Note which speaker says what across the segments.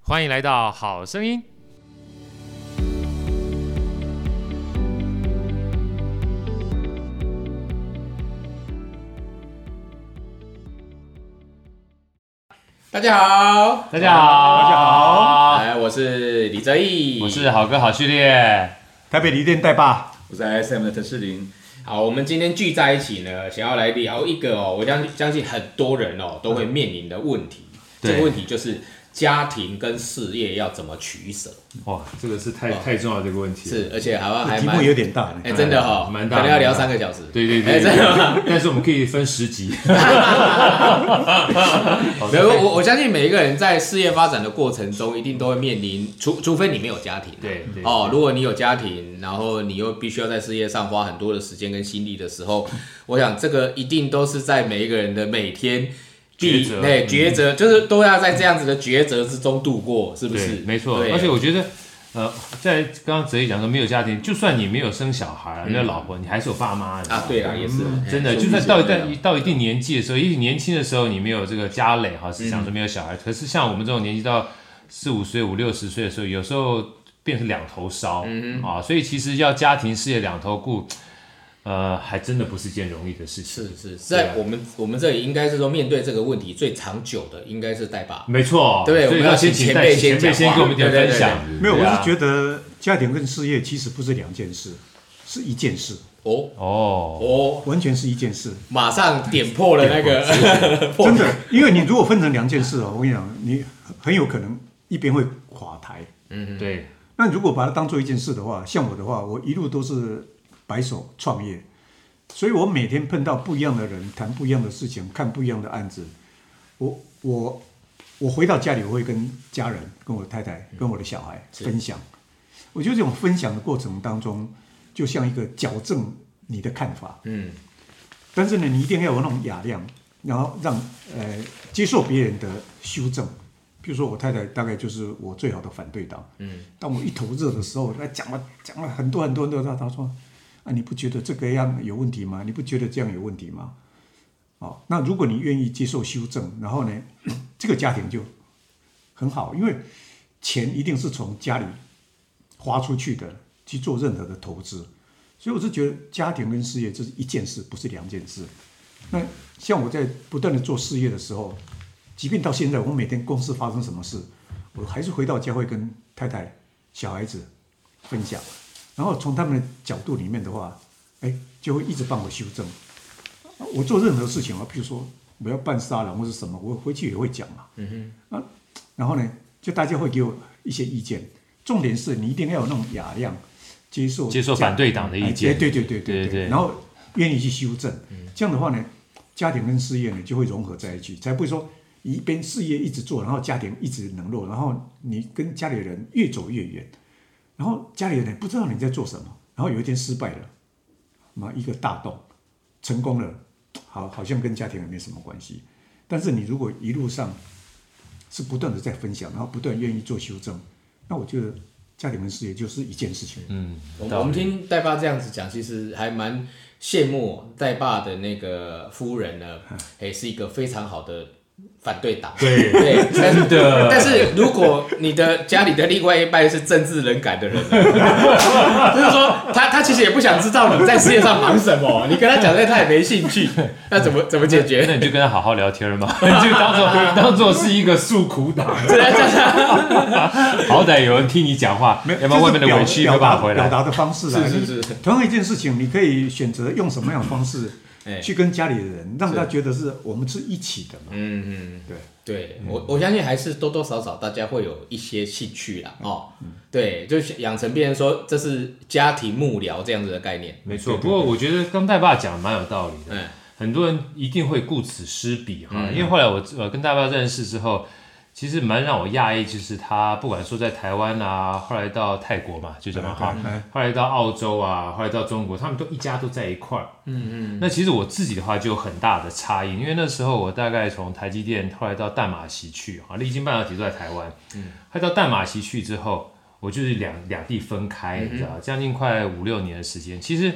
Speaker 1: 欢迎来到《好声音》。
Speaker 2: 大家好，
Speaker 1: 大家好，大家好，
Speaker 2: 哎，我是李泽毅，
Speaker 1: 我是好哥好序列。
Speaker 3: 台北梨店带爸，
Speaker 2: 我是 SM 的陈世林。好，我们今天聚在一起呢，想要来聊一个哦，我相相信很多人哦都会面临的问题。
Speaker 1: 对
Speaker 2: 这个问题就是家庭跟事业要怎么取舍，
Speaker 1: 哇，这个是太太重要的一个问题。，
Speaker 2: 是，而且好像还
Speaker 3: 题
Speaker 2: 蛮
Speaker 3: 目有点大，
Speaker 2: 哎，真的哈，
Speaker 1: 蛮大的
Speaker 2: 可能要聊三个小时。
Speaker 1: 对对
Speaker 2: 哎
Speaker 1: 对
Speaker 2: 真的吗。
Speaker 1: 但是我们可以分十 集。
Speaker 2: 没有，我我相信每一个人在事业发展的过程中，一定都会面临，除除非你没有家庭啊、
Speaker 1: 对对
Speaker 2: 哦，如果你有家庭，然后你又必须要在事业上花很多的时间跟心力的时候，我想这个一定都是在每一个人的每天必
Speaker 1: 抉择嗯
Speaker 2: 对抉择，就是都要在这样子的抉择之中度过，是不
Speaker 1: 对，
Speaker 2: 是？
Speaker 1: 没错。
Speaker 2: 对
Speaker 1: 而且我觉得，呃，在刚刚哲毅讲说没有家庭，就算你没有生小孩，啊没有老婆，你还是有爸妈的
Speaker 2: 啊，对啦，也是、
Speaker 1: 嗯真的，
Speaker 2: 哎
Speaker 1: 就算到一
Speaker 2: 对啊
Speaker 1: 定到一定年纪的时候，也许年轻的时候你没有这个家累哈，是
Speaker 2: 嗯
Speaker 1: 想说没有小孩，可是像我们这种年纪到四五岁、五六十岁的时候，有时候变成两头烧、
Speaker 2: 嗯
Speaker 1: 啊，所以其实要家庭事业两头顾，呃，还真的不是件容易的事情。
Speaker 2: 是是，
Speaker 1: 对啊
Speaker 2: 在我们、我们这里应该是说面对这个问题最长久的应该是带爸。
Speaker 1: 没错，
Speaker 2: 对
Speaker 1: 所以
Speaker 2: 我们
Speaker 1: 要
Speaker 2: 要
Speaker 1: 先
Speaker 2: 请
Speaker 1: 请
Speaker 2: 前
Speaker 1: 代
Speaker 2: 辈
Speaker 1: 前
Speaker 2: 先
Speaker 1: 辈
Speaker 2: 讲
Speaker 1: 先
Speaker 2: 话
Speaker 1: 给我们一点
Speaker 2: 对对
Speaker 1: 分
Speaker 2: 对
Speaker 1: 享。
Speaker 3: 没有，我
Speaker 1: 对啊
Speaker 3: 是觉得家庭跟事业其实不是两件事，是一件事，
Speaker 2: 哦
Speaker 1: 哦，
Speaker 2: 哦，
Speaker 3: 完全是一件事，
Speaker 2: 马上点破了那 个破
Speaker 3: 真的。因为你如果分成两件事啊，我跟你讲，你很有可能一边会垮台。
Speaker 2: 嗯
Speaker 1: 对，
Speaker 3: 那如果把它当做一件事的话，像我的话，我一路都是白手创业，所以我每天碰到不一样的人，谈不一样的事情，看不一样的案子。我我我回到家里，我会跟家人、跟我太太、跟我的小孩
Speaker 2: 是
Speaker 3: 分享。我觉得这种分享的过程当中，就像一个矫正你的看法，
Speaker 2: 嗯，
Speaker 3: 但是呢，你一定要有那种雅量，然后让呃接受别人的修正。比如说我太太大概就是我最好的反对党，
Speaker 2: 嗯，
Speaker 3: 当我一头热的时候，她讲了讲了很多很多很多，她她说啊，你不觉得这个样有问题吗？你不觉得这样有问题吗？哦，那如果你愿意接受修正，然后呢， 这个家庭就很好，因为钱一定是从家里花出去的，去做任何的投资。所以我是觉得家庭跟事业这是一件事，不是两件事。那像我在不断的做事业的时候，即便到现在，我每天公司发生什么事，我还是回到家会跟太太、小孩子分享，然后从他们的角度里面的话，哎，就会一直帮我修正。我做任何事情啊，譬如说我要办沙龙或是什么，我回去也会讲嘛。嗯哼。啊，然后呢，就大家会给我一些意见。重点是你一定要有那种雅量，接受
Speaker 1: 接受
Speaker 3: 这样
Speaker 1: 反对党的意见
Speaker 3: 哎对对
Speaker 1: 对
Speaker 3: 对
Speaker 1: 对
Speaker 3: 对
Speaker 1: 嗯
Speaker 3: 对。然后愿意去修正，这样的话呢，家庭跟事业呢就会融合在一起，才不会说一边事业一直做，然后家庭一直冷落，然后你跟家里人越走越远，然后家里人不知道你在做什么，然后有一天失败了，妈一个大洞，成功了，好好像跟家庭也没什么关系，但是你如果一路上是不断的在分享，然后不断愿意做修正，那我觉得家庭跟事业就是一件事情。
Speaker 1: 嗯，
Speaker 2: 我
Speaker 1: 道
Speaker 2: 们
Speaker 1: 理
Speaker 2: 我们听戴爸这样子讲，其实还蛮羡慕戴爸的那个夫人呢，哎，是一个非常好的反对党。
Speaker 1: 对
Speaker 2: 对，但是
Speaker 1: 真 的
Speaker 2: 但是如果你的家里的另外一半是政治冷感的人呢， 就是说他他其实也不想知道你在事业上忙什么，你跟他讲这他也没兴趣，那怎么怎么解决
Speaker 1: 那？你就跟他好好聊天嘛， 你就当做当做是一个诉苦党，
Speaker 2: 啊
Speaker 1: 好歹有人听你讲话，
Speaker 3: 没有，
Speaker 1: 要不然外面的
Speaker 3: 就是表
Speaker 1: 委屈没
Speaker 3: 表
Speaker 1: 有
Speaker 3: 达
Speaker 1: 办法回
Speaker 3: 表
Speaker 1: 来。
Speaker 3: 达的方式啊，
Speaker 2: 是是
Speaker 3: 你
Speaker 2: 是是
Speaker 3: 同样一件事情，你可以选择用什么样的方式
Speaker 2: 哎
Speaker 3: 去跟家里的人，让他觉得是我们是一起的嘛。
Speaker 2: 嗯嗯。
Speaker 3: 对，
Speaker 2: 对我，我相信还是多多少少大家会有一些兴趣
Speaker 1: 嗯
Speaker 2: 啦，哦，对，就是养成变成说这是家庭幕僚这样子的概念，
Speaker 1: 没错，不过我觉得刚戴爸讲得蛮有道理的，
Speaker 2: 嗯，
Speaker 1: 很多人一定会顾此失彼哈，因为后来我呃跟戴爸认识之后，其实蛮让我讶异，就是他不管说在台湾啊，后来到泰国嘛，就什么哎哈，后来到澳洲啊，后来到中国，他们都一家都在一块儿。嗯嗯。那其实我自己的话就有很大的差异，因为那时候我大概从台积电后来到淡马锡去啊，历经半导体都在台湾。嗯。后来到淡马锡去之嗯后，我就是两两地分开，你知道，将近快五六年的时间。其实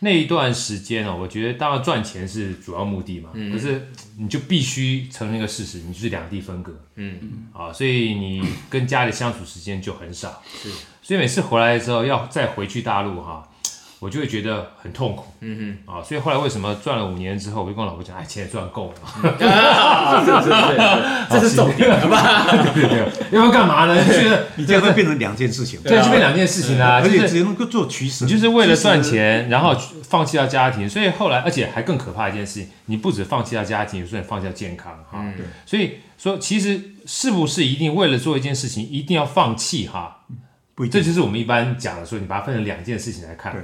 Speaker 1: 那一段时间哦，我觉得当然赚钱是主要目的嘛，可是你就必须承认一个事实，你就是两地分隔，嗯啊，所以你跟家里相处时间就很少，
Speaker 2: 是，
Speaker 1: 所以每次回来之后要再回去大陆哈、我就会觉得很痛苦，嗯哼啊，所以后来为什么赚了五年之后，我就跟我老婆讲，哎，钱也赚够了，
Speaker 2: 啊 是是是是，这是重点，好吧？
Speaker 1: 对对，要不然干嘛呢？觉得
Speaker 3: 你这样会变成两件事情，
Speaker 1: 对，就变两件事情啦，
Speaker 3: 啊而
Speaker 1: 就
Speaker 3: 且
Speaker 1: 是
Speaker 3: 只能够做取舍。
Speaker 1: 你就是为了赚钱，然后放弃掉家庭，所以后来，而且还更可怕一件事情，你不止放弃掉家庭，有时候你放弃掉健康哈。
Speaker 3: 对
Speaker 1: 所以说，其实是不是一定为了做一件事情一定要放弃哈？
Speaker 3: 不一定
Speaker 1: 这就是我们一般讲的说，你把它分成两件事情来看
Speaker 3: 对。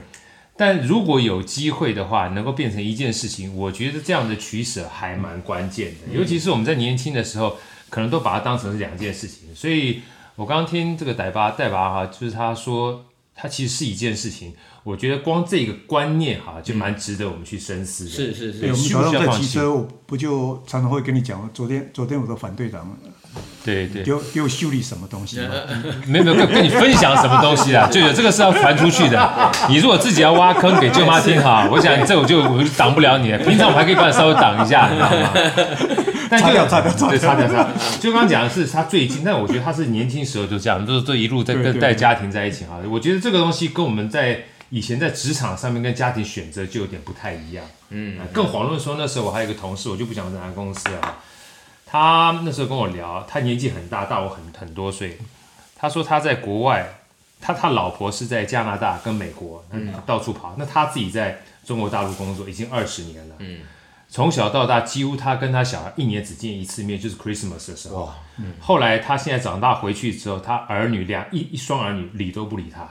Speaker 1: 但如果有机会的话，能够变成一件事情，我觉得这样的取舍还蛮关键的。尤其是我们在年轻的时候，可能都把它当成是两件事情。所以我刚刚听这个戴巴戴巴哈，就是他说它其实是一件事情。我觉得光这个观念哈，就蛮值得我们去深思的。
Speaker 2: 是是是
Speaker 3: 对，我，们
Speaker 1: 需
Speaker 3: 早
Speaker 1: 不需
Speaker 3: 上
Speaker 1: 要
Speaker 3: 在
Speaker 1: 放
Speaker 3: 骑
Speaker 1: 弃？
Speaker 3: 车，我不就常常会跟你讲吗，昨天昨天我的反对党
Speaker 1: 对对，嗯
Speaker 3: 给我给我修理什么东西 吗？
Speaker 1: 没有没有跟跟你分享什么东西啊？舅舅，这个是要传出去的。你如果自己要挖坑给舅妈听哈，我想这我就我就挡不了你了。平常我还可以帮你稍微挡一下，你知道吗？但
Speaker 3: 擦
Speaker 1: 就
Speaker 3: 掉擦掉擦
Speaker 1: 对，
Speaker 3: 掉，
Speaker 1: 差点差 点。就刚刚讲的是他最近，但我觉得他是年轻时候就这样，就是这一路在
Speaker 3: 对
Speaker 1: 跟
Speaker 3: 对
Speaker 1: 带家庭在一起哈。我觉得这个东西跟我们在以前在职场上面跟家庭选择就有点不太一样。嗯，更遑论说那时候我还有一个同事，我就不讲是哪个公司了哈。他那时候跟我聊，他年纪很大，大我很很多岁。他说他在国外，他他老婆是在加拿大跟美国，嗯，到处跑。那他自己在中国大陆工作已经二十年了，嗯，从小到大，几乎他跟他小孩一年只见一次面，就是 Christmas 的时候。后来他现在长大回去之后，他儿女两一一双儿女理都不理他，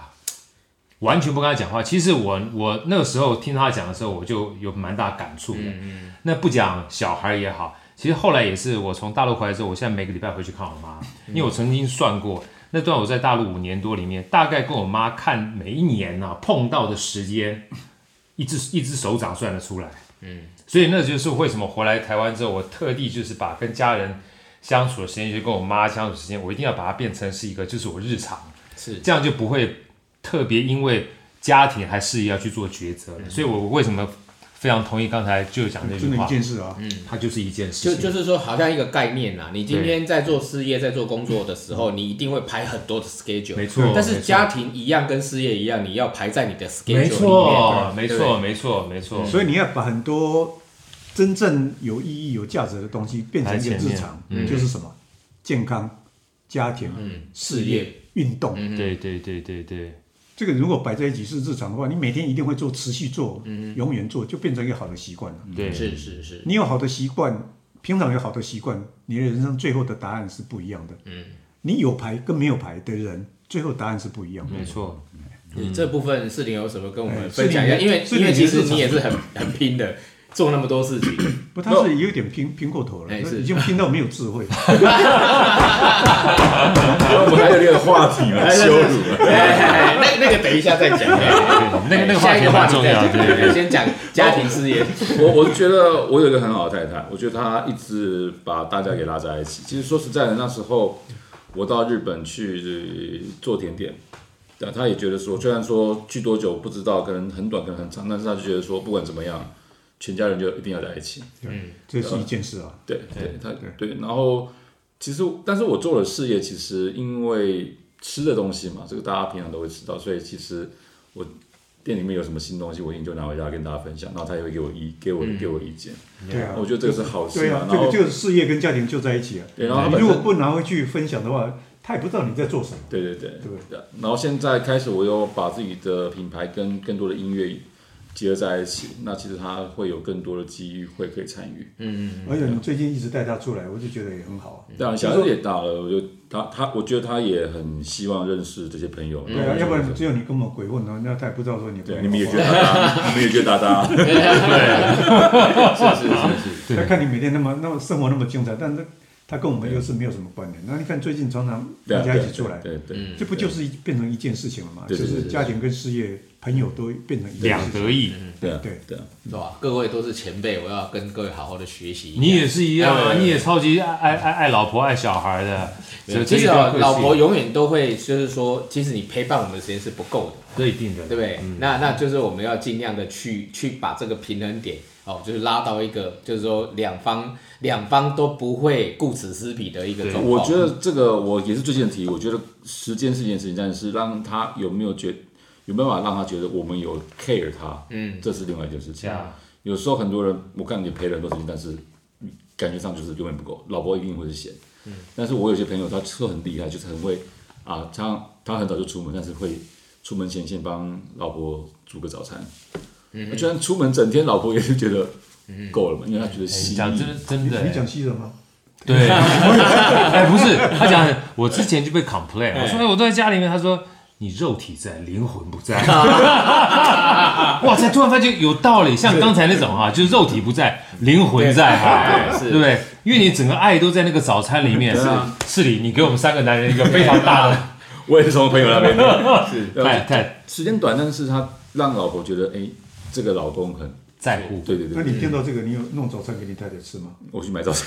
Speaker 1: 完全不跟他讲话。其实我我那个时候听他讲的时候，我就有蛮大感触的。那不讲小孩也好，其实后来也是我从大陆回来之后，我现在每个礼拜回去看我妈，因为我曾经算过。那段我在大陆五年多里面，大概跟我妈看每一年呐、碰到的时间，一只一只手掌算得出来。嗯，所以那就是为什么回来台湾之后，我特地就是把跟家人相处的时间，就跟我妈相处的时间，我一定要把它变成是一个就是我日常，
Speaker 2: 是
Speaker 1: 这样就不会特别因为家庭还是要去做抉择
Speaker 2: 嗯
Speaker 1: 了。所以我为什么非常同意刚才就讲那句
Speaker 3: 真的一
Speaker 1: 话，
Speaker 3: 件事啊。
Speaker 1: 它就是一件事
Speaker 2: 就
Speaker 1: 情，
Speaker 2: 就是说，好像一个概念啦。你今天在做事业、在做工作的时候，你一定会排很多的 schedule，
Speaker 1: 嗯没错
Speaker 2: 但是
Speaker 1: 没错
Speaker 2: 家庭一样跟事业一样，你要排在你的 schedule 里面。
Speaker 1: 没错，
Speaker 2: 对
Speaker 1: 没
Speaker 2: 不对
Speaker 1: 错，没错，没错。
Speaker 3: 所以你要把很多真正有意义、有价值的东西变成一个
Speaker 1: 摆在前
Speaker 3: 日
Speaker 1: 面嗯
Speaker 3: 常，就是什么健康、家庭、
Speaker 2: 事业、
Speaker 3: 运动。
Speaker 1: 对对对对对。
Speaker 3: 这个如果摆在一起是日常的话，你每天一定会做，持续做，永远做，就变成一个好的习惯了。
Speaker 4: 嗯
Speaker 1: 对，
Speaker 2: 是是是，
Speaker 3: 你有好的习惯，平常有好的习惯，你的人生最后的答案是不一样的。嗯，你有牌跟没有牌的人，最后答案是不一样的。
Speaker 1: 没
Speaker 4: 嗯
Speaker 1: 错，
Speaker 2: 你这部分四零有什么跟我们
Speaker 3: 哎
Speaker 2: 分享一下？
Speaker 3: 士林
Speaker 2: 因为
Speaker 3: 士林
Speaker 2: 因为其实
Speaker 3: 也是
Speaker 2: 你也是很很拼的，做那么多事情。
Speaker 3: 不，他是有点拼拼过头了，
Speaker 2: 哎是
Speaker 3: 已经拼到没有智 慧了。
Speaker 4: 我们还有这个话题吗？羞辱了。
Speaker 2: 哎那那个等一下再讲。
Speaker 1: 哎那个那个话
Speaker 2: 下一
Speaker 1: 题
Speaker 2: 个
Speaker 1: 蛮
Speaker 2: 题
Speaker 1: 重
Speaker 2: 再
Speaker 1: 要，
Speaker 2: 讲
Speaker 1: 对对
Speaker 2: 对，先讲家庭事业。
Speaker 4: 我我觉得我有一个很好的太太，我觉得她一直把大家给拉在一起。其实说实在的，那时候我到日本去做甜点，但她也觉得说，虽然说去多久不知道，可能很短，可能很长，但是她就觉得说，不管怎么样，全家人就一定要在一起。
Speaker 3: 这是一件事啊。
Speaker 4: 对对，他对，然后其实，但是我做的事业，其实因为吃的东西嘛，这个大家平常都会吃到，所以其实我店里面有什么新东西，我一定就拿回家跟大家分享，然后他也会给我意，给我给我意见。
Speaker 3: 对啊，
Speaker 4: 我觉得这个是好事
Speaker 3: 嗯对
Speaker 4: 嘛
Speaker 3: 啊，，这
Speaker 4: 然后
Speaker 3: 个就是事业跟家庭就在一起啊。
Speaker 4: 对，然后他
Speaker 3: 你
Speaker 4: 本
Speaker 3: 如果
Speaker 4: 身
Speaker 3: 不拿回去分享的话，他也不知道你在做什么。
Speaker 4: 对对对
Speaker 3: 对不
Speaker 4: 对，然后现在开始，我又把自己的品牌跟更多的音乐结合在一起，那其实他会有更多的机遇会可以参
Speaker 3: 嗯
Speaker 4: 与。
Speaker 2: 嗯
Speaker 4: 嗯
Speaker 3: 而且你最近一直带他出来，我就觉得也很好啊。
Speaker 4: 当然，小孩子也大了，我就他他，我觉得他也很希望认识这些
Speaker 2: 嗯
Speaker 4: 朋友。
Speaker 3: 对啊，要不然只有你跟我们鬼混啊，那他也不知道说你。
Speaker 4: 嗯对，你们也约达 达，你们也约达达，
Speaker 1: 对，
Speaker 2: 是是是是，
Speaker 3: 他看你每天那么那么生活那么精彩，但是它跟我们又是没有什么关联。那你看最近常常
Speaker 4: 对啊
Speaker 3: 大家
Speaker 4: 对啊
Speaker 3: 一起出来，
Speaker 4: 对对对
Speaker 2: 嗯
Speaker 3: 这不就是一变成一件事情了吗？就
Speaker 4: 对对对
Speaker 3: 是
Speaker 4: 对
Speaker 3: 家庭跟事业、朋友都变成一件
Speaker 1: 两
Speaker 3: 事情
Speaker 1: 得意。
Speaker 4: 对啊
Speaker 3: 对
Speaker 4: 对啊，
Speaker 2: 是吧？各位都是前辈，我要跟各位好好的学习一下。
Speaker 1: 你也是一样啊，
Speaker 4: 哎
Speaker 1: 你也超级爱爱爱爱老婆爱小孩的，所以这
Speaker 2: 其
Speaker 1: 一
Speaker 2: 实
Speaker 1: 定要
Speaker 2: 哦
Speaker 1: 客，气
Speaker 2: 老婆永远都会，就是说，其实你陪伴我们的时间是不够的，
Speaker 1: 这一定的，
Speaker 2: 对不对？那那就是我们要尽量的去去把这个平衡点哦，就是拉到一个，就是说两方两方都不会顾此失彼的一个
Speaker 1: 对
Speaker 2: 状况。
Speaker 4: 我觉得这个我也是最近的题，我觉得时间是一件事情，但是让他有没有觉有没有办法让他觉得我们有 care 他，嗯，这是另外一件事情。
Speaker 1: Yeah
Speaker 4: 有时候很多人，我看你陪了很多时间，但是感觉上就是永远不够，老婆一定会是嫌。嗯，但是我有些朋友他是很厉害，就是很会啊，他他很早就出门，但是会出门前先帮老婆煮个早餐。嗯，居然出门整天，老婆也是觉得够了嘛，因为他觉得
Speaker 1: 哎
Speaker 4: 心
Speaker 1: 讲
Speaker 4: 意。
Speaker 1: 真真的
Speaker 3: 你
Speaker 1: 哎，
Speaker 3: 讲西人吗？
Speaker 1: 对， 哎不是，他讲我之前就被 complain，我说哎我都在家里面，他说。你肉体在，灵魂不在。 哇塞！突然发现有道理，像刚才那种啊，就是肉体不在，灵魂在啊，
Speaker 2: 对是
Speaker 1: 对不对？因为你整个爱都在那个早餐里面。
Speaker 4: 对啊
Speaker 1: 是里，你给我们三个男人一个非常大的，
Speaker 4: 我也是从朋友那边的，是对啊
Speaker 1: 太太
Speaker 4: 时间短，但是他让老婆觉得，哎、这个老公很
Speaker 1: 在乎。
Speaker 4: 对对
Speaker 3: 那
Speaker 4: 对，
Speaker 3: 你听到这个，你有弄早餐给你太太吃吗？
Speaker 4: 我去买早餐，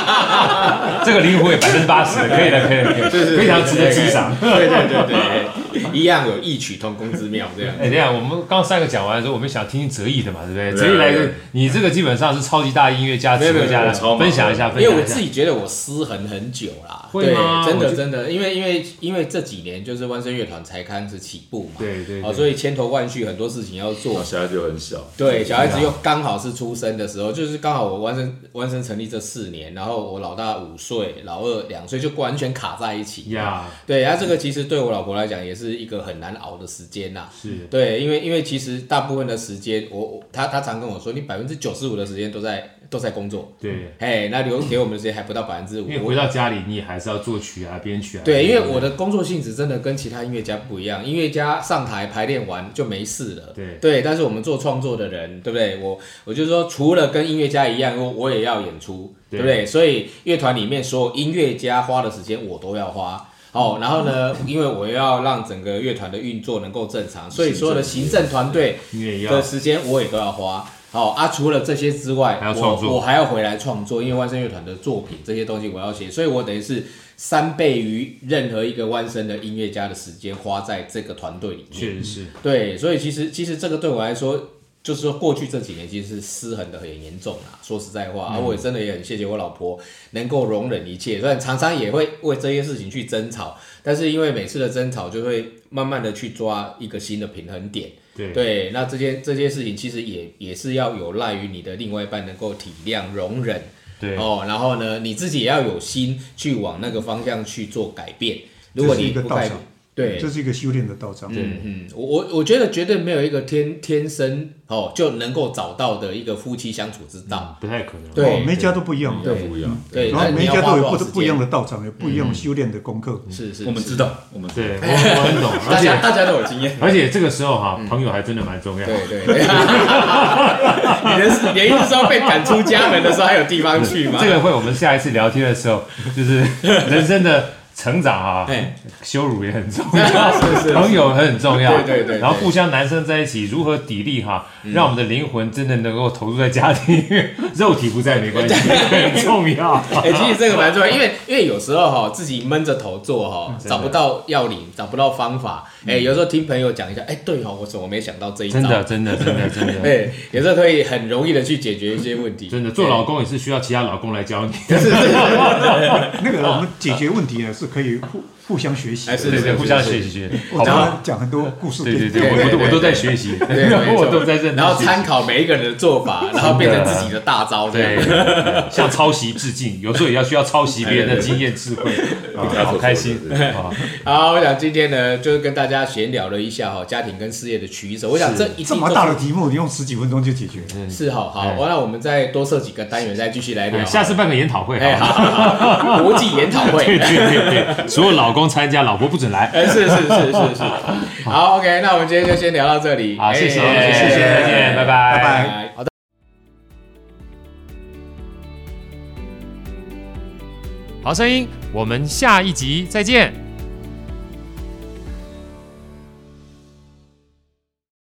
Speaker 1: 这个灵魂也百分之八十，可以的，可以的，可以的，非常值得欣赏。
Speaker 2: 对对 对对，一样有异曲同工之妙 这样。
Speaker 1: 哎，这样我们刚三个讲完的时候，我们想听听哲毅的嘛，对不对？
Speaker 4: 对
Speaker 1: 哲毅来
Speaker 4: 对
Speaker 1: 个
Speaker 4: 对，
Speaker 1: 你这个基本上是超级大音乐家、
Speaker 2: 没
Speaker 1: 指
Speaker 2: 有没有
Speaker 1: 挥家
Speaker 4: 我超
Speaker 1: 的，
Speaker 4: 忙
Speaker 1: 分享一下，分
Speaker 2: 因为
Speaker 1: 享
Speaker 2: 我
Speaker 1: 一
Speaker 2: 自
Speaker 1: 下。
Speaker 2: 己觉得我失衡很久啦，
Speaker 1: 会吗
Speaker 2: 对真
Speaker 1: 我
Speaker 2: 的
Speaker 1: 觉
Speaker 2: 真的，因为因为因为这几年就是万声乐团才开始起步嘛，
Speaker 1: 对对
Speaker 2: 哦，
Speaker 1: 对
Speaker 2: 所以千头万绪，很多事情要
Speaker 4: 我
Speaker 2: 做。
Speaker 4: 小孩子又很小，
Speaker 1: 啊
Speaker 2: 对，小孩子又刚好是出生的时候，就是刚好我弯身弯身成立这四年，然后我老大五岁，老二两岁，就完全卡在一起。
Speaker 1: 呀，
Speaker 2: 对，啊然、后这个其实对我老婆来讲也是一个很难熬的时间呐、
Speaker 1: 是
Speaker 2: 对，因为因为其实大部分的时间，我我她她常跟我说，你百分之九十五的时间都在都在工作，
Speaker 1: 对，
Speaker 2: 哎，那留给我们的时间还不到百分之五
Speaker 1: 因。为回到家里，你也还是要作曲啊、编曲啊。
Speaker 2: 对，因为我的工作性质真的跟其他音乐家不一样，音乐家上台排练完就没事了。
Speaker 1: 对
Speaker 2: 但是我们做创作的人，对不对？我我就是说，除了跟音乐家一样，我我也要演出，对
Speaker 1: 对
Speaker 2: 不对？所以乐团里面所有音乐家花的时间，我都要花。哦，然后呢，因为我要让整个乐团的运作能够正常，所以所有的行政团队
Speaker 1: 你也要
Speaker 2: 的时间我也都要花。好啊，除了这些之外，
Speaker 1: 还要创作
Speaker 2: 我我还要回来创作，因为万声乐团的作品这些东西我要写，所以我等于是三倍于任何一个万声的音乐家的时间花在这个团队里
Speaker 1: 确
Speaker 2: 面。
Speaker 1: 实是
Speaker 2: 对，所以其实其实这个对我来说，就是说过去这几年其实是失衡的很严重啦。说实在话，啊，
Speaker 1: 嗯
Speaker 2: 我也真的也很谢谢我老婆能够容忍一切，虽然常常也会为这些事情去争吵，但是因为每次的争吵就会慢慢的去抓一个新的平衡点。
Speaker 1: 对
Speaker 2: 对，那这些这些事情其实也也是要有赖于你的另外一半能够体谅、容忍
Speaker 1: 对
Speaker 2: 哦，然后呢，你自己也要有心去往那个方向去做改变。如果
Speaker 3: 这是
Speaker 2: 你
Speaker 3: 一个
Speaker 2: 不
Speaker 3: 道
Speaker 2: 改
Speaker 3: 场
Speaker 2: 变，对，
Speaker 3: 这是一个修炼的道场。
Speaker 2: 嗯嗯，我我我觉得绝对没有一个天天生哦就能够找到的一个夫妻相处之道。
Speaker 1: 嗯不太可能。
Speaker 2: 对
Speaker 3: 哦每家都不一样，
Speaker 4: 对不一样。
Speaker 2: 嗯
Speaker 4: 嗯
Speaker 2: 对，
Speaker 3: 然后
Speaker 2: 那
Speaker 3: 每
Speaker 2: 你
Speaker 3: 一
Speaker 2: 要
Speaker 3: 家
Speaker 2: 花
Speaker 3: 都
Speaker 2: 多
Speaker 3: 有
Speaker 2: 少
Speaker 3: 不
Speaker 2: 时
Speaker 3: 不一样
Speaker 2: 间嗯
Speaker 3: 的道场，有不一样修炼的功课。
Speaker 2: 是是，
Speaker 4: 我们
Speaker 2: 是
Speaker 4: 知道，我们
Speaker 1: 对，我我很懂，而
Speaker 2: 哎大家
Speaker 1: 且
Speaker 2: 大家都有 经验。
Speaker 1: 而且这个时候哈，朋友还真的蛮重要。
Speaker 2: 对对对， 你人是连一招被赶出家门的时候还有地方去吗？
Speaker 1: 这个会我们下一次聊天的时候，就是人生的成长啊，
Speaker 2: 哎，
Speaker 1: 羞辱也很重 要，朋友很重要，
Speaker 2: 对对对对嗯
Speaker 1: 然后互相男生在一起如何砥砺哈，让我们的灵魂真的能够投入在家庭， 因为肉体不在没 关系，很重要。
Speaker 2: 哎、其实这个蛮重要，因为因为有时候哈、自己闷着头做哈、
Speaker 1: 嗯真的嗯
Speaker 2: 找不到要领，找不到方法。哎、有时候听朋友讲一下，哎、对哦，我怎么没想到这一招？
Speaker 1: 真的，真的，真的，真
Speaker 2: 哎、
Speaker 1: 的，
Speaker 2: 有时候可以很容易的去解决一些问题。
Speaker 1: 真的，做老公也是需要其他老公来教 你，
Speaker 3: 那个我们解决问题呢，是可以互互相学习
Speaker 2: 哦哎
Speaker 3: 的。
Speaker 2: 是
Speaker 1: 对对，
Speaker 2: 是
Speaker 1: 互相学习学，
Speaker 3: 我
Speaker 1: 好不
Speaker 3: 常
Speaker 1: 好？
Speaker 3: 常讲很多故事
Speaker 1: 对对
Speaker 3: 给
Speaker 1: 对，
Speaker 2: 对
Speaker 1: 我
Speaker 2: 对
Speaker 1: 我都
Speaker 2: 对
Speaker 1: 我都在学习，
Speaker 2: 对， 没错
Speaker 1: 我都在认真学习，
Speaker 2: 然后参考每一个人的 做法，然后变成自己的大招这
Speaker 1: 啊对
Speaker 2: 样。，
Speaker 1: 向抄袭致敬，有时候也要需要抄袭别人的经验智慧，
Speaker 2: 哎
Speaker 1: 啊
Speaker 4: 对对
Speaker 1: 好开心
Speaker 4: 对
Speaker 1: 啊！
Speaker 2: 好，我想今天呢，就是跟大家闲聊了一下哈、家庭跟事业的取舍。我想这一定
Speaker 3: 这么
Speaker 2: 都
Speaker 3: 大的题目，你用十几分钟就解决。
Speaker 2: 是好好，
Speaker 1: 哎
Speaker 2: 我那我们再多设几个单元，再继续来聊。
Speaker 1: 对下次办个研讨会，
Speaker 2: 哎，
Speaker 1: 好
Speaker 2: 好
Speaker 1: 吧，
Speaker 2: 好好，国际研讨 会。
Speaker 1: 对对对对，所有老公参加，老婆不准来。
Speaker 2: 哎，是是是 是是，好，OK，那我们今天就先聊到这里。
Speaker 1: 啊好，谢谢，
Speaker 2: 哎
Speaker 1: 谢谢，再见，拜拜，
Speaker 3: 拜拜
Speaker 2: 拜拜好的。
Speaker 1: 好声音，我们下一集再见。